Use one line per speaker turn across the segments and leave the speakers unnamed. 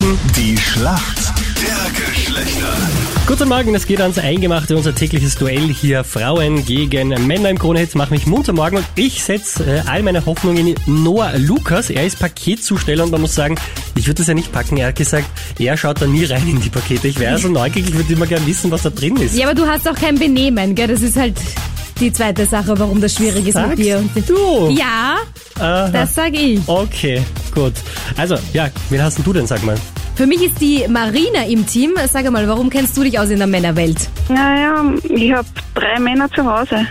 Morgen die Schlacht der Geschlechter.
Guten Morgen, es geht ans Eingemachte, unser tägliches Duell hier. Frauen gegen Männer im Kronehit. Mach mich munter morgen und ich setze äh, all meine Hoffnung in Noah Lukas. Er ist Paketzusteller und man muss sagen, ich würde das ja nicht packen. Er hat gesagt, er schaut da nie rein in die Pakete. Ich wäre so neugierig, ich würde immer gerne wissen, was da drin ist.
Ja, aber du hast auch kein Benehmen, gell? Das ist halt die zweite Sache, warum das schwierig ist
Sagst
mit dir.
du?
Ja,
Aha.
das sag ich.
Okay, gut. Also, ja, wen hast denn du denn, sag mal?
Für mich ist die Marina im Team. Sag mal, warum kennst du dich aus in der Männerwelt?
Naja, ich habe drei Männer zu Hause.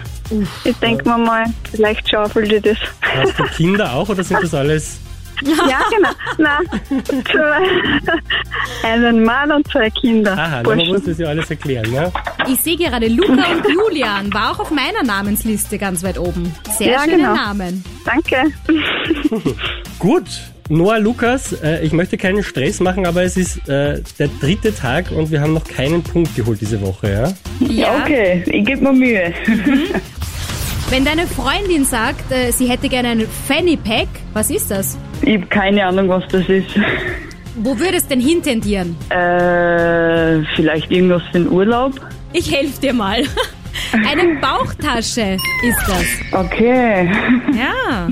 Ich denke mir mal, vielleicht schaufelt ihr das.
Hast du Kinder auch oder sind das alles?
ja, genau. Nein. Zwei- Einen Mann und zwei Kinder.
Aha, na, man muss
Burschen.
das ja alles erklären, ne?
Ich sehe gerade Luca und Julian. War auch auf meiner Namensliste ganz weit oben. Sehr
Ja,
schöne
genau.
Namen.
Danke.
Gut. Noah Lukas, äh, ich möchte keinen Stress machen, aber es ist äh, der dritte Tag und wir haben noch keinen Punkt geholt diese Woche, ja?
Ja.
Okay, ich gebe mir Mühe.
Wenn deine Freundin sagt, äh, sie hätte gerne einen Fanny Pack, was ist das?
Ich habe keine Ahnung, was das ist.
Wo würdest denn hin tendieren?
Äh, vielleicht irgendwas für den Urlaub?
Ich helfe dir mal. Eine Bauchtasche ist das.
Okay.
Ja.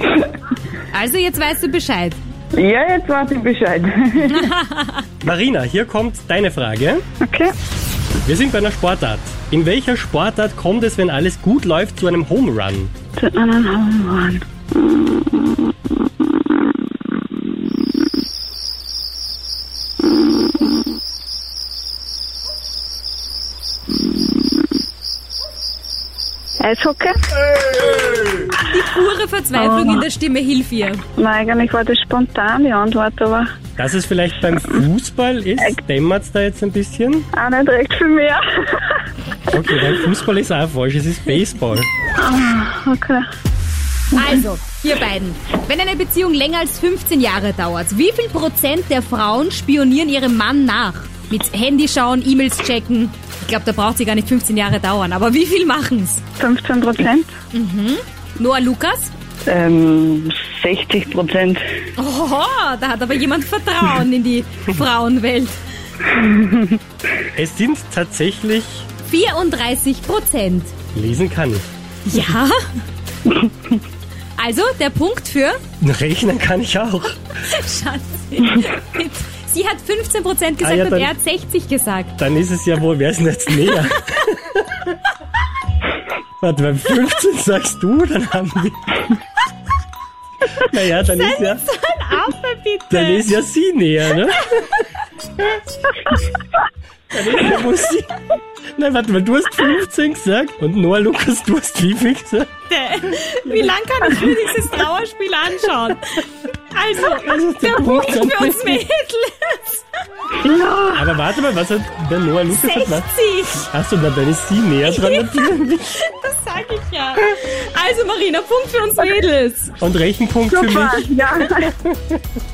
Also jetzt weißt du Bescheid.
Ja, jetzt warte ich Bescheid.
Marina, hier kommt deine Frage.
Okay.
Wir sind bei einer Sportart. In welcher Sportart kommt es, wenn alles gut läuft, zu einem Home Run?
Zu einem Home Run. Eishockey?
Pure Verzweiflung in der Stimme, hilf ihr.
Nein, eigentlich war das spontan die Antwort, aber
Dass es vielleicht beim Fußball ist, dämmert's da jetzt ein bisschen?
auch nicht recht viel mehr.
Okay, dein Fußball ist auch falsch, es ist Baseball.
Okay.
Also, ihr beiden. Wenn eine Beziehung länger als 15 Jahre dauert, wie viel Prozent der Frauen spionieren ihrem Mann nach? Mit Handy schauen, E-Mails checken. Ich glaube, da braucht sie gar nicht 15 Jahre dauern. Aber wie viel machen's?
15 Prozent?
Noah Lukas?
ähm, 60 Prozent.
Oho, da hat aber jemand Vertrauen in die Frauenwelt.
Es sind tatsächlich,
34 Prozent.
lesen kann ich.
Ja. Also, der Punkt für
Rechnen kann ich auch.
Schatz. Sie hat 15 Prozent gesagt
Ah, ja,
und
dann-
er hat 60 gesagt.
Dann ist es ja wohl, wer ist denn jetzt näher? Warte, beim 15 sagst du, dann haben wir. Naja, dann ist ja,
Aber
dann
bitte.
ist ja sie näher, ne? Dann ist ja wohl sie. Nein, warte mal, du hast 15 gesagt und Noah Lukas, du hast wie viel gesagt?
Wie lange kann ich mir dieses Trauerspiel anschauen? Also,
ist der Punkt
Punkt für
dann.
uns Mädels.
Aber warte mal, was hat der Noah Lukas hat was?
60.
Achso, na, dann ist sie näher dran natürlich.
Das sag ich ja. Also, Marina, Punkt für uns Mädels.
Und Rechenpunkt für mich.
Ja.